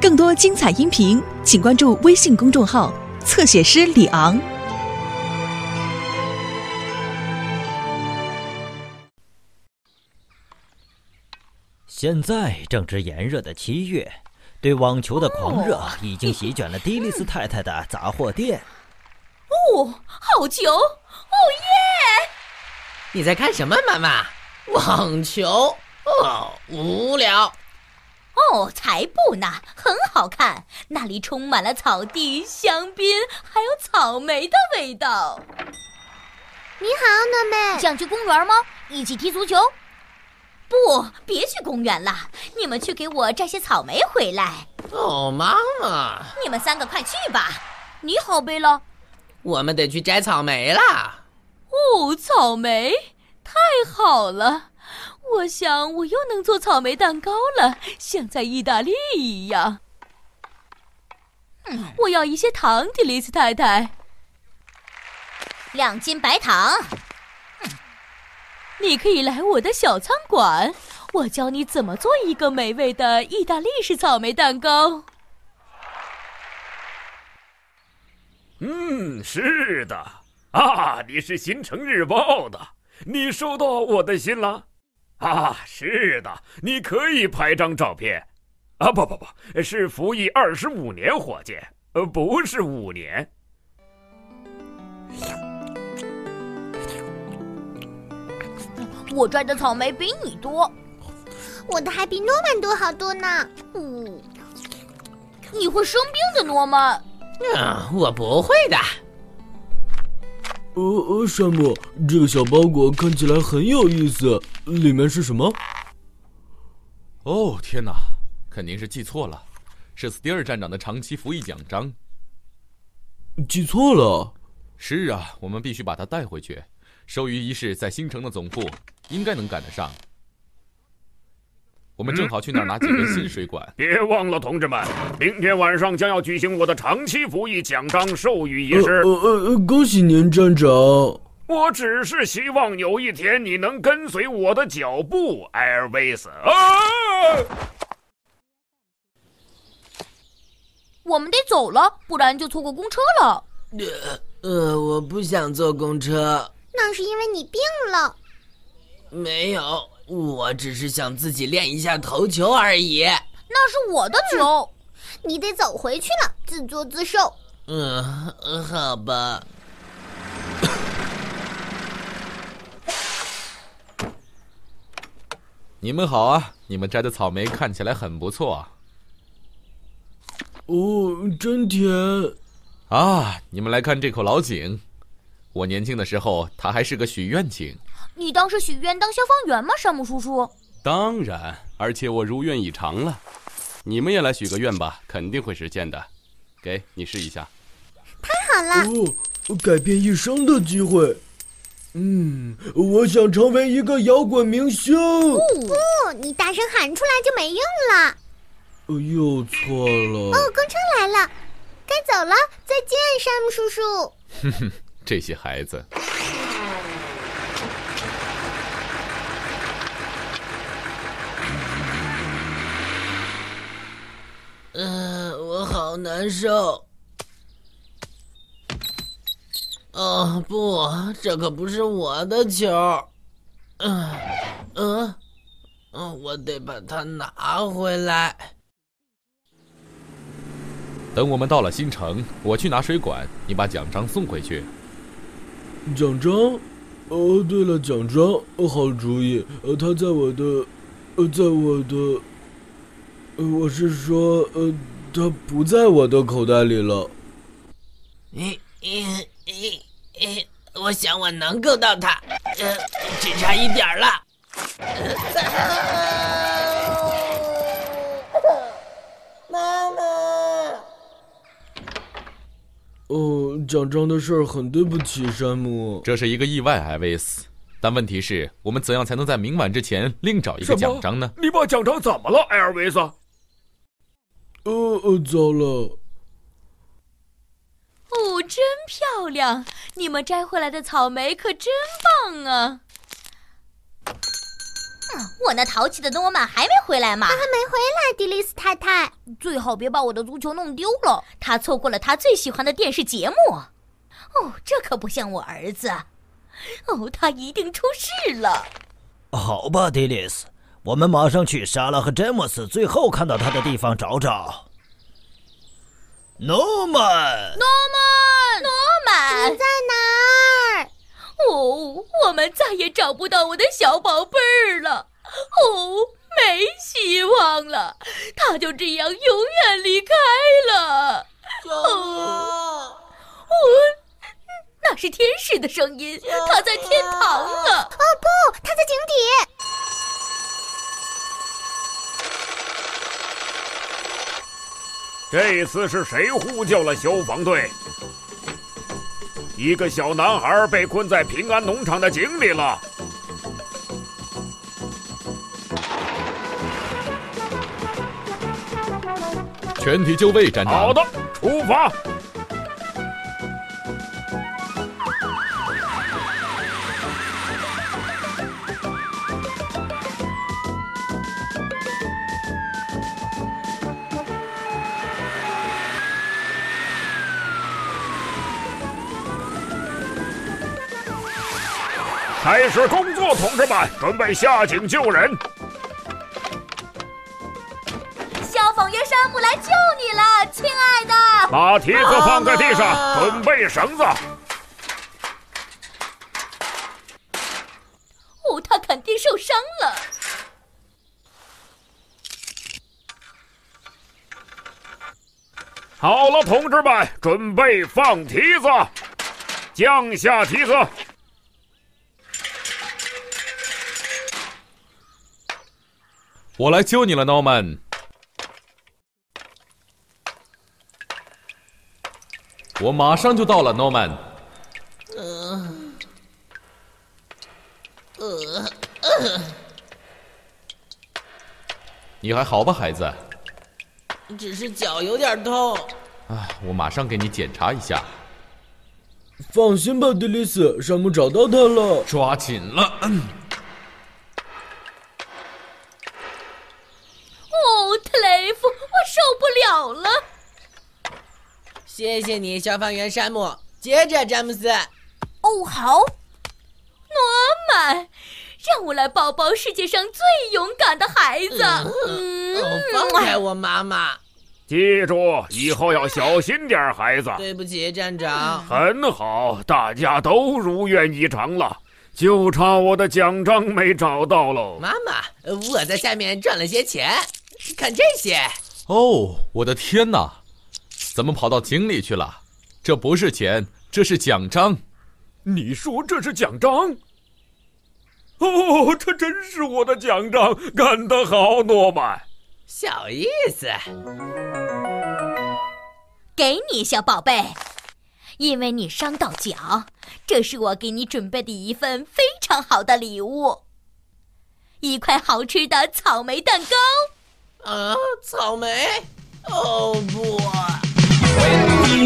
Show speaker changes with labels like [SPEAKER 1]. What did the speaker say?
[SPEAKER 1] 更多精彩音频，请关注微信公众号“侧写师李昂
[SPEAKER 2] 现在正值炎热的七月，对网球的狂热已经席卷了迪丽斯太太的杂货店。
[SPEAKER 3] 哦，好球！哦耶！
[SPEAKER 4] 你在看什么，妈妈？网球？哦，无聊。
[SPEAKER 3] 哦，才不呢，很好看。那里充满了草地、香槟，还有草莓的味道。
[SPEAKER 5] 你好，暖妹。
[SPEAKER 6] 想去公园吗？一起踢足球？
[SPEAKER 3] 不，别去公园了，你们去给我摘些草莓回来。
[SPEAKER 4] 哦，妈妈，
[SPEAKER 3] 你们三个快去吧。
[SPEAKER 6] 你好，贝拉。
[SPEAKER 4] 我们得去摘草莓啦。
[SPEAKER 3] 哦，草莓，太好了！我想我又能做草莓蛋糕了，像在意大利一样。嗯，我要一些糖，迪丽斯太太。
[SPEAKER 6] 两斤白糖。
[SPEAKER 3] 嗯你可以来我的小餐馆，我教你怎么做一个美味的意大利式草莓蛋糕。
[SPEAKER 7] 嗯，是的，啊，你是《新城日报》的，你收到我的信了？啊，是的，你可以拍张照片。啊，不不不，是服役二十五年，伙计，呃，不是五年。
[SPEAKER 6] 我摘的草莓比你多，
[SPEAKER 5] 我的还比诺曼多好多呢。
[SPEAKER 6] 嗯，你会生病的，诺曼。
[SPEAKER 4] 嗯，我不会的。
[SPEAKER 8] 呃呃，山姆，这个小包裹看起来很有意思，里面是什么？
[SPEAKER 9] 哦，天哪，肯定是记错了，是斯蒂尔站长的长期服役奖章。
[SPEAKER 8] 记错了。
[SPEAKER 9] 是啊，我们必须把它带回去。收鱼仪式在新城的总部，应该能赶得上。我们正好去那儿拿几根新水管。
[SPEAKER 7] 别忘了，同志们，明天晚上将要举行我的长期服役奖章授予仪式
[SPEAKER 8] 呃。呃呃，恭喜您站长。哦
[SPEAKER 7] 我只是希望有一天你能跟随我的脚步，艾尔维斯。啊！
[SPEAKER 6] 我们得走了，不然就错过公车了。
[SPEAKER 4] 呃，我不想坐公车。
[SPEAKER 5] 那是因为你病了。
[SPEAKER 4] 没有，我只是想自己练一下投球而已。
[SPEAKER 6] 那是我的球。
[SPEAKER 5] 嗯你得走回去了，自作自受。
[SPEAKER 4] 嗯，呃好吧。
[SPEAKER 9] 你们好啊，你们摘的草莓看起来很不错
[SPEAKER 8] 哦，真甜。
[SPEAKER 9] 啊！你们来看这口老井，我年轻的时候它还是个许愿井。
[SPEAKER 6] 你当时许愿当消防员吗，山姆叔叔？
[SPEAKER 5] 哦
[SPEAKER 10] 当然，而且我如愿以偿了。你们也来许个愿吧，肯定会实现的。给你试一下。
[SPEAKER 5] 好了，
[SPEAKER 8] 哦，改变一生的机会。嗯，我想成为一个摇滚明星。
[SPEAKER 5] 不，你大声喊出来就没用了。
[SPEAKER 8] 呃又错了。
[SPEAKER 5] 哦，公车来了，该走了，再见，山姆叔叔。
[SPEAKER 9] 这些孩子，
[SPEAKER 4] 呃，我好难受。哦不，这可不是我的球。嗯、嗯、嗯，我得把它拿回来。
[SPEAKER 9] 等我们到了新城，我去拿水管，你把奖章送回去。
[SPEAKER 8] 奖章？哦，对了，奖章，哦好主意。呃，它在我的，呃，在我的，呃，我是说，呃，它不在我的口袋里了。
[SPEAKER 4] 嗯嗯嗯嗯，我想我能够到它，呃，只差一点儿了。妈妈，
[SPEAKER 8] 哦，奖章的事儿很对不起，山姆。
[SPEAKER 9] 这是一个意外，艾维斯。但问题是我们怎样才能在明晚之前另找一个奖章呢？
[SPEAKER 7] 你把奖章怎么了，艾尔维斯？
[SPEAKER 8] 呃呃，糟了。
[SPEAKER 3] 哦，真漂亮！你们摘回来的草莓可真棒啊！我那淘气的诺玛还啊没回来吗？
[SPEAKER 11] 他还没回来，迪丽斯太太。
[SPEAKER 3] 最好别把我的足球弄丢了。他错过了他最喜欢的电视节目。哦，这可不像我儿子。哦，他一定出事了。
[SPEAKER 2] 好吧，迪丽斯，我们马上去莎拉和詹姆斯最后看到他的地方找找。诺曼，
[SPEAKER 3] 诺曼，
[SPEAKER 6] 诺曼，
[SPEAKER 11] 你在哪儿？
[SPEAKER 6] 哦，我们再也找不到我的小宝贝儿了。哦，没希望了，他就这样永远离开了。哦，哦，
[SPEAKER 3] 那是天使的声音，他在天堂了。哦
[SPEAKER 11] 不，他在井底。
[SPEAKER 7] 这次是谁呼叫了消防队？一个小男孩被困在平安农场的井里了。
[SPEAKER 9] 全体就位，站长。
[SPEAKER 7] 好的，出发。开始工作，同志们，准备下井救人。
[SPEAKER 3] 消防员山姆来救你了，亲爱的。
[SPEAKER 7] 把蹄子放在地上，啊、准备绳子。
[SPEAKER 3] 哦，他肯定受伤了。
[SPEAKER 7] 好了，同志们，准备放蹄子，降下蹄子。
[SPEAKER 9] 我来救你了，诺曼。我马上就到了，诺曼。
[SPEAKER 4] 呃，呃，呃
[SPEAKER 9] 你还好吧，孩子？
[SPEAKER 4] 只是脚有点痛。
[SPEAKER 9] 啊，我马上给你检查一下。
[SPEAKER 8] 放心吧，迪丽斯，山姆找到他了，
[SPEAKER 9] 抓紧了。
[SPEAKER 3] 哦，特雷弗，我受不了了！
[SPEAKER 4] 谢谢你，消防员山姆。接着，詹姆斯。
[SPEAKER 3] 哦，好。
[SPEAKER 6] 诺曼，让我来抱抱世界上最勇敢的孩子。
[SPEAKER 4] 嗯，嗯哦、放开我妈妈！
[SPEAKER 7] 记住，以后要小心点，孩子。
[SPEAKER 4] 对不起，站长。
[SPEAKER 7] 很好，大家都如愿以偿了。就差我的奖章没找到喽！
[SPEAKER 4] 妈妈，我在下面赚了些钱，看这些。
[SPEAKER 9] 哦，我的天哪，怎么跑到井里去了？这不是钱，这是奖章。
[SPEAKER 7] 你说这是奖章？哦，这真是我的奖章，干得好，诺曼。
[SPEAKER 4] 小意思。
[SPEAKER 3] 给你，小宝贝。因为你伤到脚，这是我给你准备的一份非常好的礼物——一块好吃的草莓蛋糕。
[SPEAKER 4] 啊，草莓！哦不！